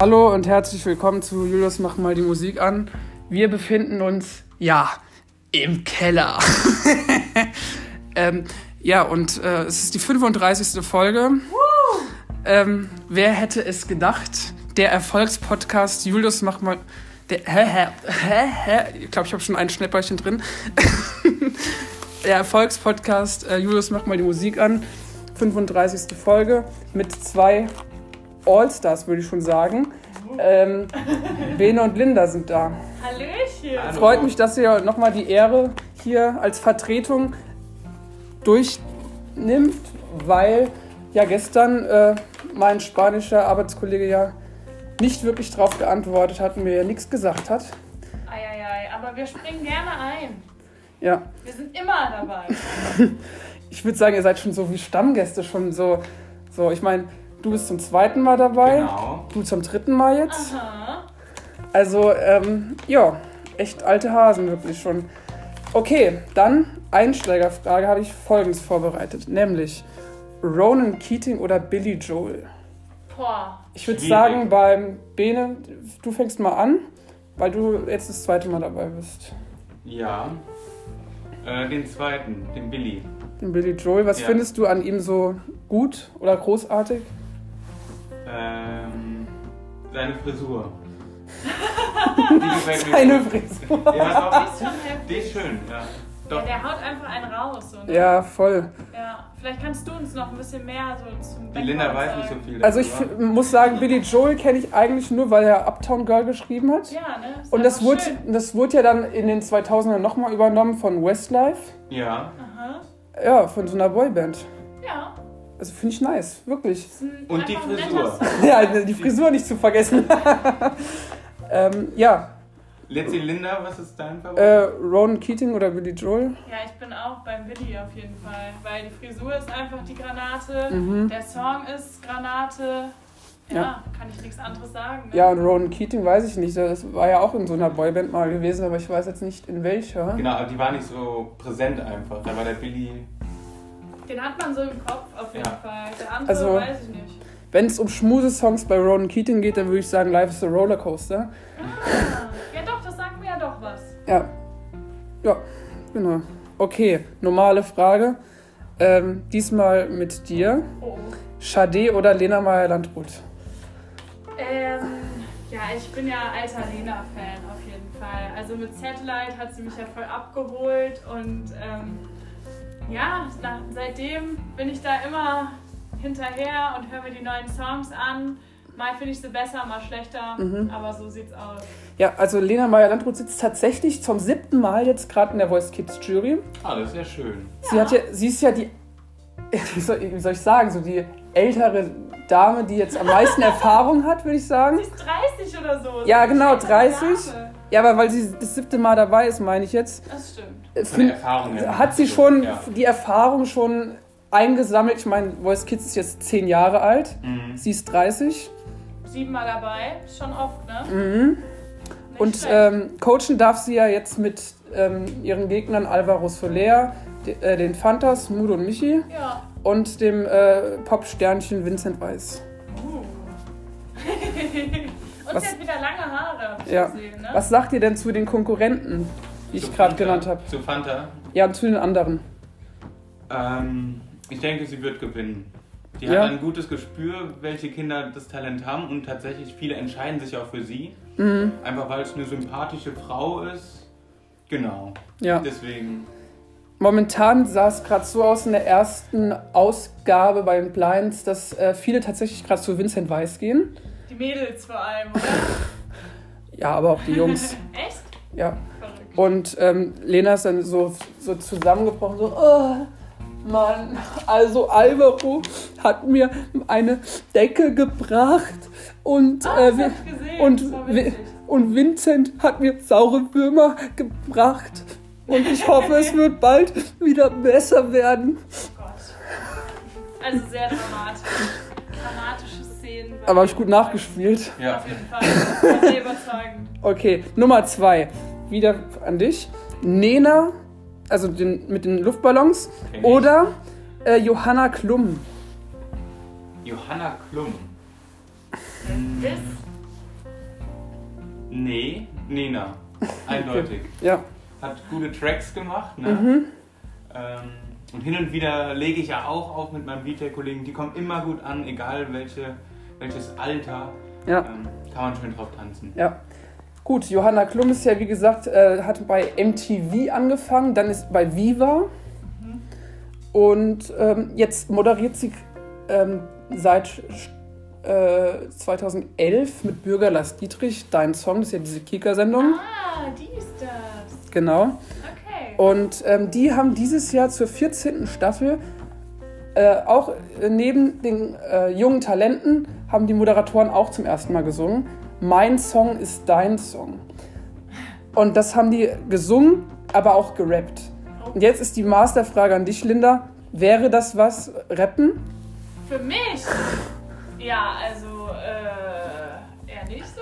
Hallo und herzlich willkommen zu Julius, mach mal die Musik an. Wir befinden uns, ja, im Keller. ähm, ja, und äh, es ist die 35. Folge. Ähm, wer hätte es gedacht? Der Erfolgspodcast Julius, mach mal. Der, hä, hä, hä, hä? Ich glaube, ich habe schon ein Schnäpperchen drin. Der Erfolgspodcast äh, Julius, mach mal die Musik an. 35. Folge mit zwei Allstars, würde ich schon sagen. Ähm, Bene und Linda sind da. Hallöchen. Freut mich, dass ihr nochmal die Ehre hier als Vertretung durchnimmt, weil ja gestern äh, mein spanischer Arbeitskollege ja nicht wirklich drauf geantwortet hat und mir ja nichts gesagt hat. Eieiei, aber wir springen gerne ein. Ja, Wir sind immer dabei. ich würde sagen, ihr seid schon so wie Stammgäste, schon so. So, ich meine, du bist zum zweiten Mal dabei, Genau. du zum dritten Mal jetzt. Aha. Also, ähm, ja, echt alte Hasen wirklich schon. Okay, dann Einsteigerfrage habe ich folgendes vorbereitet, nämlich Ronan Keating oder Billy Joel? Boah. Ich würde Schwierig. sagen, beim Bene, du fängst mal an, weil du jetzt das zweite Mal dabei bist. Ja. Äh, den zweiten, den Billy. Den Billy Joel, was Ja. findest du an ihm so gut oder großartig? Ähm, seine Frisur. Die gefällt mir Seine gut. Frisur. Ja, Ist ist auch, schon heftig. die ist schön, ja. Ja, Ah. Doch, der haut einfach einen raus. Und, Ja, voll. ja. Vielleicht kannst du uns noch ein bisschen mehr so zum die Linda Background weiß nicht so sagen. viel. Also ich darüber. f- muss sagen, Billy Joel kenne ich eigentlich nur, weil er Uptown Girl geschrieben hat. Ja, ne? Ist Und das einfach wurde, schön. das wurde ja dann in den 2000ern nochmal übernommen von Westlife. Ja. Aha. Ja, von so einer Boyband. Ja. Also finde ich nice, wirklich. Ist ein, Und die einfach ein netter Frisur. Song. Ja, die Frisur nicht zu vergessen. ähm, ja, Letzte Linda, was ist dein Favorit? äh, Ronan Keating oder Billy Joel. Ja, ich bin auch beim Willi auf jeden Fall. Weil die Frisur ist einfach die Granate. Der Song ist Granate. Ja, Mhm. Ja. kann ich nichts anderes sagen. Ne? Ja, und Ronan Keating weiß ich nicht. Das war ja auch in so einer Boyband mal gewesen, aber ich weiß jetzt nicht in welcher. Genau, aber die war nicht so präsent einfach. Da war der Billy. Den hat man so im Kopf auf jeden Ja. Fall. Der andere Also- weiß ich nicht. Wenn es um Schmuse-Songs bei Ronan Keating geht, dann würde ich sagen, Life is a Rollercoaster. Ah, Ja doch, das sagt mir ja doch was. Ja. Ja, genau. Okay, normale Frage. Ähm, diesmal mit dir. Oh. Sade oder Lena Meyer-Landrut? Ähm, ja, ich bin ja alter Lena-Fan auf jeden Fall. Also mit Satellite hat sie mich ja voll abgeholt und ähm, ja, na, seitdem bin ich da immer hinterher und höre mir die neuen Songs an. Mal finde ich sie besser, mal schlechter, Mhm. aber so sieht's aus. Ja, also Lena Meyer-Landrut sitzt tatsächlich zum siebten Mal jetzt gerade in der Voice Kids Jury. Ah, das ist ja schön. Sie, hat ja, sie ist ja die, wie soll, wie soll ich sagen, so die ältere Dame, die jetzt am meisten Erfahrung hat, würde ich sagen. Sie ist 30 oder so. Ja, Sie ist genau, eine ältere 30. Dame. Ja, aber weil sie das siebte Mal dabei ist, meine ich jetzt. Das stimmt. äh, Von der find- Erfahrung her. hat sie schon Ja. die Erfahrung schon eingesammelt. Ich meine, Voice Kids ist jetzt zehn Jahre alt, Mhm. sie ist 30 Siebenmal dabei, schon oft, ne? Nicht Mhm. und schlecht. ähm, coachen darf sie ja jetzt mit ähm, ihren Gegnern Alvaro Soler, de, äh, den Fantas, Mudo und Michi ja. und dem äh, Pop-Sternchen Vincent Weiss. Uh. Und Was- sie hat wieder lange Haare, hab ich Ja. gesehen, ne? Was sagt ihr denn zu den Konkurrenten, die Zu ich gerade Fanta- genannt habe? Zu Fanta. Ja, und zu den anderen. Ähm, ich denke, sie wird gewinnen. Die Ja. hat ein gutes Gespür, welche Kinder das Talent haben und tatsächlich viele entscheiden sich auch für sie. Mhm. Einfach weil es eine sympathische Frau ist. Genau. Ja. Deswegen. Momentan sah es gerade so aus in der ersten Ausgabe bei den Blinds, dass äh, viele tatsächlich gerade zu Vincent Weiss gehen. Die Mädels vor allem, oder? Ja, aber auch die Jungs. Echt? ja. Verrückt. Und ähm, Lena ist dann so, so zusammengebrochen, so, oh, Mann, also Alvaro hat mir eine Decke gebracht und, Ah, äh, das hab wir- ich gesehen. das war und, witzig. vi- und Vincent hat mir saure Würmer gebracht. Und ich hoffe, es wird bald wieder besser werden. Oh Gott. Also sehr dramatisch. Dramatische Szenen. bei Aber habe ich gut jedem Mal. nachgespielt. Ja. Auf jeden Fall. Sehr überzeugend. Okay, Nummer zwei. Wieder an dich. Nena, also den, mit den Luftballons. Kenn ich. Oder äh, Johanna Klum. Johanna Klum. Bis Nee, Nena. Eindeutig. Ja. Hat gute Tracks gemacht, ne? Mhm. Ähm, und hin und wieder lege ich ja auch auf mit meinen VJ-Kollegen. Die kommen immer gut an, egal welche, welches Alter. Ja. Ähm, kann man schön drauf tanzen. Ja. Gut, Johanna Klum ist ja, wie gesagt, äh, hat bei MTV angefangen, dann ist bei Viva und ähm, jetzt moderiert sie ähm, seit äh, 2011 mit Bürgerlass Dietrich deinen Song, das ist ja diese Kika-Sendung, Ah, die ist das. genau. Okay. Und ähm, die haben dieses Jahr zur 14. Staffel äh, auch äh, neben den äh, jungen Talenten haben die Moderatoren auch zum ersten Mal gesungen. Mein Song ist dein Song. Und das haben die gesungen, aber auch gerappt. Und jetzt ist die Masterfrage an dich, Linda. Wäre das was, rappen? Für mich? Ja, also äh, eher nicht so.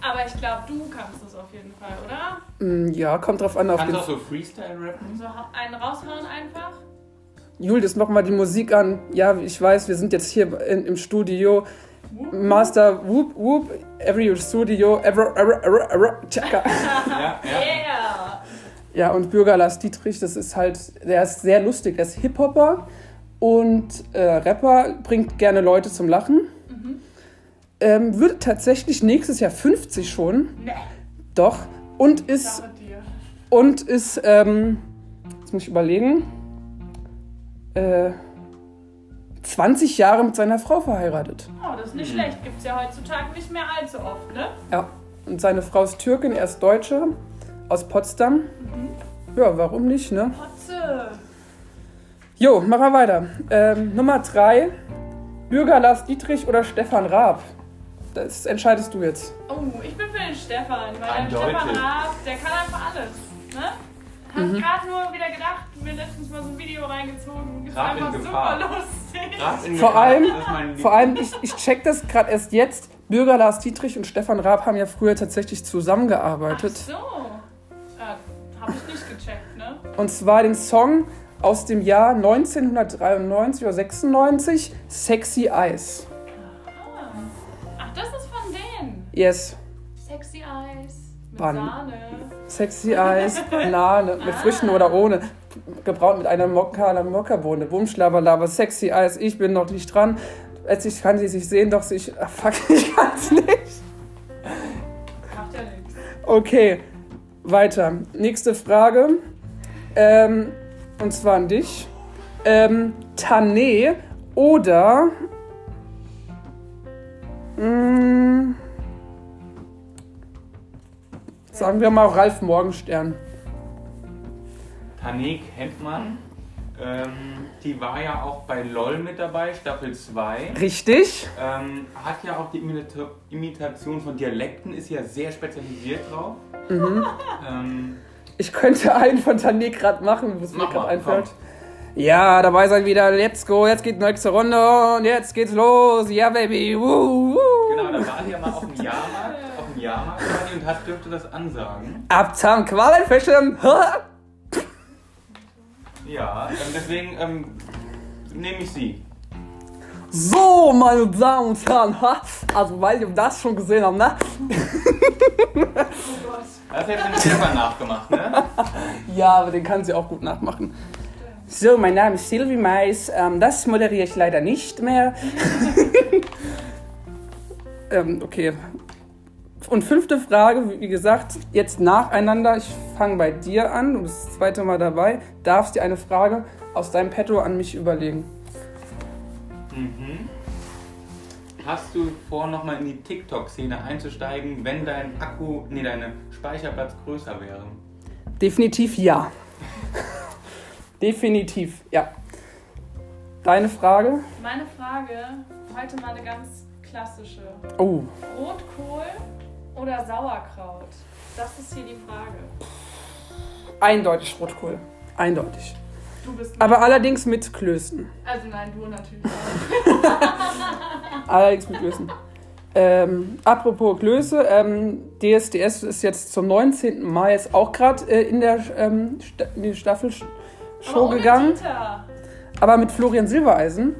Aber ich glaube, du kannst es auf jeden Fall, oder? Hm, ja, kommt drauf an auf Kannst den... auch so Freestyle rappen? So einen raushauen einfach. Jul, das mach mal die Musik an. Ja, ich weiß, wir sind jetzt hier in, im Studio. Master, whoop, whoop, every studio, ever, ever, ever, ever, checker. Ja, ja. Yeah! Ja, und Bürger Lars Dietrich, das ist halt, der ist sehr lustig, der ist Hip-Hopper und äh, Rapper, bringt gerne Leute zum Lachen. Ähm, wird tatsächlich nächstes Jahr 50 schon, Ne, doch. Und ist, sag dir. und ist, ähm, jetzt muss ich überlegen, äh, 20 Jahre mit seiner Frau verheiratet. Oh, das ist Hm. nicht schlecht. Gibt's ja heutzutage nicht mehr allzu oft, ne? Ja. Und seine Frau ist Türkin, er ist Deutscher, aus Potsdam. Ja, warum nicht, ne? Potze. Jo, mach mal weiter. Ähm, Nummer 3. Bürger Lars Dietrich oder Stefan Raab? Das entscheidest du jetzt. Oh, ich bin für den Stefan, weil Eindeutig. Mhm. der Stefan Raab, der kann einfach alles, ne? Hab gerade nur wieder gedacht, mir letztens mal so ein Video reingezogen. Ist Raab in einfach super Gefahr. lustig. Krass in Vor Gefahr, allem- das ist mein Lieb- Vor allem, ich, ich check das gerade erst jetzt. Bürger Lars Dietrich und Stefan Raab haben ja früher tatsächlich Ach zusammengearbeitet. so. Äh, hab ich nicht gecheckt, ne? Und zwar den Song aus dem Jahr 1993 oder 96, Sexy Eyes. Ah. Ach, das ist von denen. Yes, Sexy Eyes. Mit Wann? Sahne. Sexy Eyes, Banane, mit Früchten oder ohne. Gebraut mit einer Mokka, einer Mokkabohne. Bumschlaberlaber, Sexy Eyes, ich bin noch nicht dran. Letztlich kann sie sich sehen, doch sie- ich. Ach, fuck, ich kann's nicht. Macht ja nichts. Okay, weiter. Nächste Frage. Ähm, und zwar an dich. Ähm, Tané oder. Mm, sagen wir mal Ralf Morgenstern. Tané kennt man. Ähm, die war ja auch bei LOL mit dabei, Staffel 2. Richtig. Ähm, hat ja auch die Imita Imitation von Dialekten, ist ja sehr spezialisiert drauf. Mhm. Ähm, Ich könnte einen von Tané gerade machen, was mir Mach gerade mal, einfällt. Ja, dabei sein wieder. Let's go, jetzt geht nächste Runde und jetzt geht's los. Ja, Baby. Woo, woo. genau, da war die ja mal auf dem Jahrmarkt, auf dem Jahrmarkt war die und hat, dürfte das ansagen. Ab zum Qualenfischen. Ja, ähm, deswegen ähm, nehme ich sie. So, meine Damen und Herren. ha. Also, weil wir das schon gesehen haben, ne? Oh Gott. Das hätte ich selber nachgemacht, ne? Ja, aber den kann sie auch gut nachmachen. So, mein Name ist Sylvie Mais. Ähm, das moderiere ich leider nicht mehr. ähm, okay. Und fünfte Frage, wie gesagt, jetzt nacheinander. Ich fange bei dir an. Du bist das zweite Mal dabei. Darfst dir eine Frage aus deinem Petto an mich überlegen. Mhm. Hast du vor, nochmal in die TikTok-Szene einzusteigen, wenn dein Akku, nee, deine Speicherplatz größer wäre? Definitiv ja. Definitiv ja. Deine Frage? Meine Frage, heute mal eine ganz klassische. Oh, Rotkohl oder Sauerkraut? Das ist hier die Frage. eindeutig Rotkohl. Eindeutig. Du bist Aber allerdings mit Klößen. Also nein, du natürlich auch. Allerdings mit Klößen. Ähm, apropos Klöße, ähm, DSDS ist jetzt zum 19. Mal jetzt auch gerade äh, in der ähm, Sta in die Staffel Sch- Aber Show ohne gegangen, Dieter. aber mit Florian Silbereisen.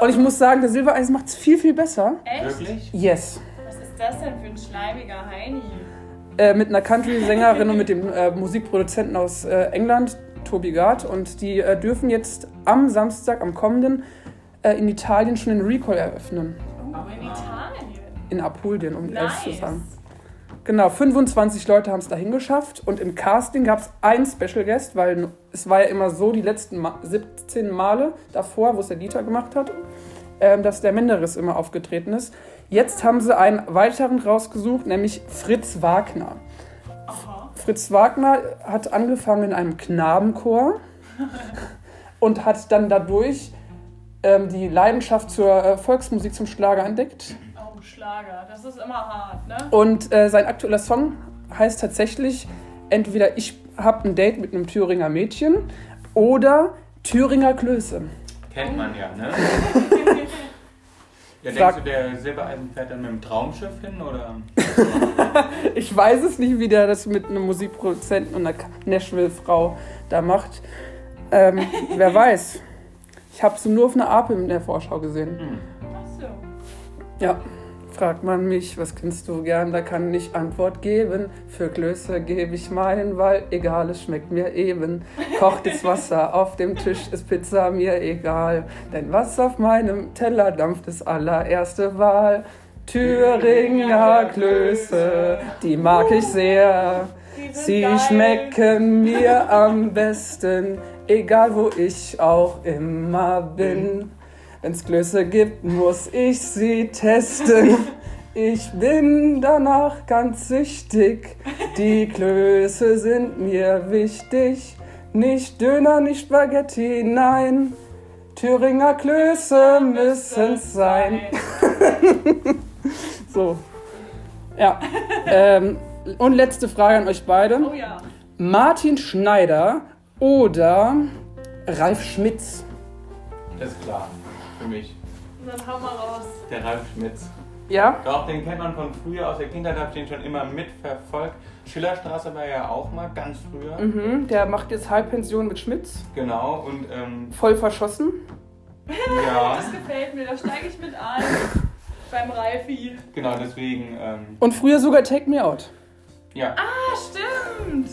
Und ich muss sagen, der Silbereisen macht es viel, viel besser. Echt? Wirklich? Yes. Was ist ist das denn für ein schleimiger Heini? äh, mit einer Country-Sängerin und mit dem äh, Musikproduzenten aus äh, England, Toby Gard. Und die äh, dürfen jetzt am Samstag, am kommenden, äh, in Italien schon den Recall eröffnen. Oh, in Italien. In Apulien, um ehrlich zu Nice. sagen. Genau, 25 Leute haben es dahin geschafft und im Casting gab es einen Special Guest, weil es war ja immer so, die letzten Ma 17 Male davor, wo es der Dieter gemacht hat, ähm, dass der Menderes immer aufgetreten ist. Jetzt haben sie einen weiteren rausgesucht, nämlich Fritz Wagner. Aha. Fritz Wagner hat angefangen in einem Knabenchor und hat dann dadurch ähm, die Leidenschaft zur äh, Volksmusik zum Schlager entdeckt. Oh, Schlager. Das ist immer hart, ne? Und äh, sein aktueller Song heißt tatsächlich entweder Ich hab ein Date mit einem Thüringer Mädchen oder Thüringer Klöße. Kennt man ja, ne? Ja, Frag- denkst du, der Silbereisen fährt dann mit dem Traumschiff hin oder? Ich weiß es nicht, wie der das mit einem Musikproduzenten und einer Nashville-Frau da macht. Ähm, wer weiß. Ich habe sie nur auf einer Ape in der Vorschau gesehen. Hm, Ach so. Ja, fragt man mich, was kennst du gern, da kann ich Antwort geben. Für Klöße gebe ich meinen, weil egal, es schmeckt mir eben. Kocht ist Wasser, auf dem Tisch ist Pizza, mir egal. Denn was auf meinem Teller dampft, ist allererste Wahl. Thüringer Klöße, die mag ich sehr. Die sind Sie geil. schmecken mir am besten, egal wo ich auch immer bin. Wenn's Klöße gibt, muss ich sie testen. Ich bin danach ganz süchtig. Die Klöße sind mir wichtig. Nicht Döner, nicht Spaghetti, nein. Thüringer Klöße müssen's sein. So. Ja. ähm, und letzte Frage an euch beide. Oh ja. Martin Schneider oder Ralf Schmitz? Das ist klar, für mich. Dann hau mal raus. Der Ralf Schmitz. Ja? Doch, den kennt man von früher aus der Kindheit, hab ich den schon immer mitverfolgt. Schillerstraße war ja auch mal ganz früher. Mhm, der macht jetzt Halbpension mit Schmitz. Genau, und ähm, Voll verschossen. ja, Das gefällt mir, da steige ich mit ein. Beim Ralfi. genau deswegen, ähm, Und früher sogar Take Me Out. ja. Ah, stimmt.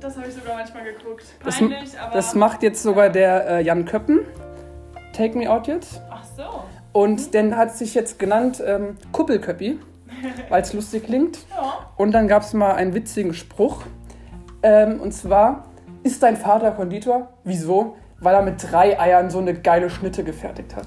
Das habe ich sogar manchmal geguckt. Das- Peinlich, aber. Das macht jetzt sogar der äh, Jan Köppen. Take Me Out jetzt. Ach so. Mhm. Und dann hat sich jetzt genannt ähm, Kuppelköppi, weil es lustig klingt. Ja. Und dann gab es mal einen witzigen Spruch. Ähm, und zwar, ist dein Vater Konditor? Wieso? Weil er mit drei Eiern so eine geile Schnitte gefertigt hat.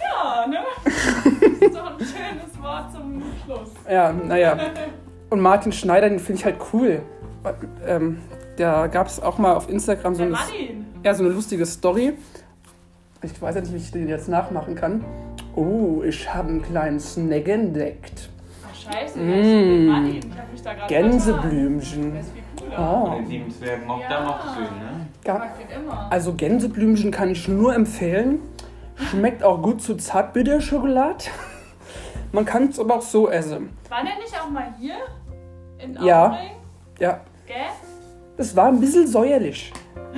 Ja, ne? Das ist doch ein schönes Wort zum Schluss. Ja, naja. Und Martin Schneider, den finde ich halt cool. Ähm, da gab es auch mal auf Instagram so Der eine, Martin. ja, so eine lustige Story. Ich weiß ja nicht, wie ich den jetzt nachmachen kann. Oh, ich habe einen kleinen Snack entdeckt. Ach, scheiße, Mm. ja, ich bin Martin. Ich habe mich da gerade. vertan. Der Gänseblümchen. ist viel cooler. Von Oh. den sieben Zwergen, auch Ja. da macht Sinn, ne? Ich Ga- mag den immer. Also Gänseblümchen kann ich nur empfehlen. Schmeckt auch gut zu Zartbitterschokolade. Man kann es aber auch so essen. War der nicht auch mal hier? In Also- Ja. Augenring? Ja, Gell? es war ein bisschen säuerlich.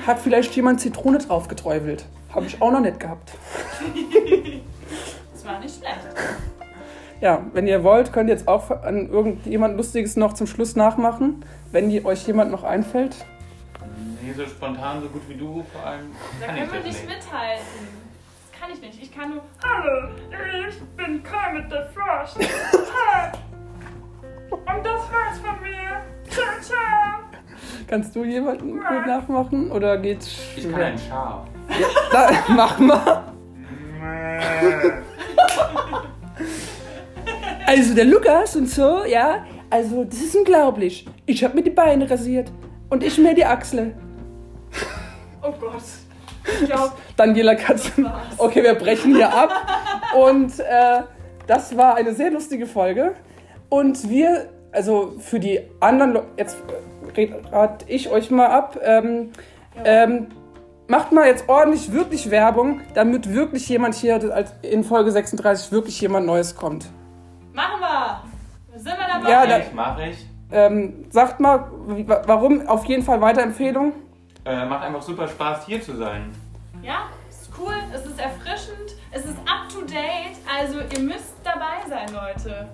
Hat vielleicht jemand Zitrone drauf geträufelt. Habe ich auch noch nicht gehabt. Das war nicht schlecht. Ja, wenn ihr wollt, könnt ihr jetzt auch an irgendjemand Lustiges noch zum Schluss nachmachen, wenn die, euch jemand noch einfällt. Nee, so spontan, so gut wie du vor allem. Da kann ich können wir das nicht nicht. mithalten. Das kann ich nicht. Ich kann nur. Hallo, ich bin Kermit der Frosch. Und das war's von mir. Ciao, ciao. Kannst du jemanden gut nachmachen oder geht's Ich kann ein Schaf. Da, mach mal. Also der Lukas und so, ja, also das ist unglaublich. Ich habe mir die Beine rasiert und ich mir die Achsel. Oh Gott. Ich glaube, Daniela Katzen. war's. Okay, wir brechen hier ab. Und äh, das war eine sehr lustige Folge. Und wir, also für die anderen, Le jetzt rate ich euch mal ab, ähm, ähm, macht mal jetzt ordentlich wirklich Werbung, damit wirklich jemand hier als- in Folge 36 wirklich jemand Neues kommt. machen wir. Sind wir dabei? Ja, da- Mach ich, mach ich. Ähm, sagt mal, wie- wa- warum auf jeden Fall Weiterempfehlung. Äh, macht einfach super Spaß, hier zu sein. Ja, ist cool, es ist erfrischend, es ist up to date. Also ihr müsst dabei sein, Leute.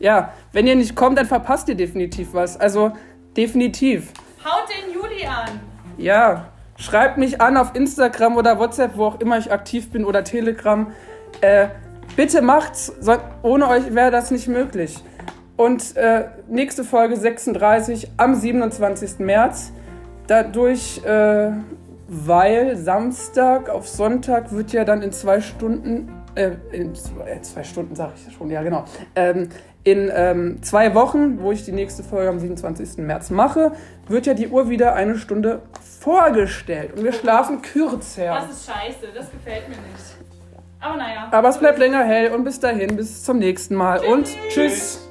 Ja, wenn ihr nicht kommt, dann verpasst ihr definitiv was. Also definitiv. Haut den Juli an. Ja, schreibt mich an auf Instagram oder WhatsApp, wo auch immer ich aktiv bin oder Telegram. Äh, bitte macht's, so- ohne euch wäre das nicht möglich. Und äh, nächste Folge 36 am 27. März. Dadurch, äh, weil Samstag auf Sonntag wird ja dann in zwei Stunden, äh, in zwei, äh, zwei Stunden sage ich schon, ja genau, ähm, in ähm, zwei Wochen, wo ich die nächste Folge am 27. März mache, wird ja die Uhr wieder eine Stunde vorgestellt und wir schlafen kürzer. Das ist scheiße, das gefällt mir nicht. Aber naja. Aber es bleibt länger hell und bis dahin, bis zum nächsten Mal und tschüss.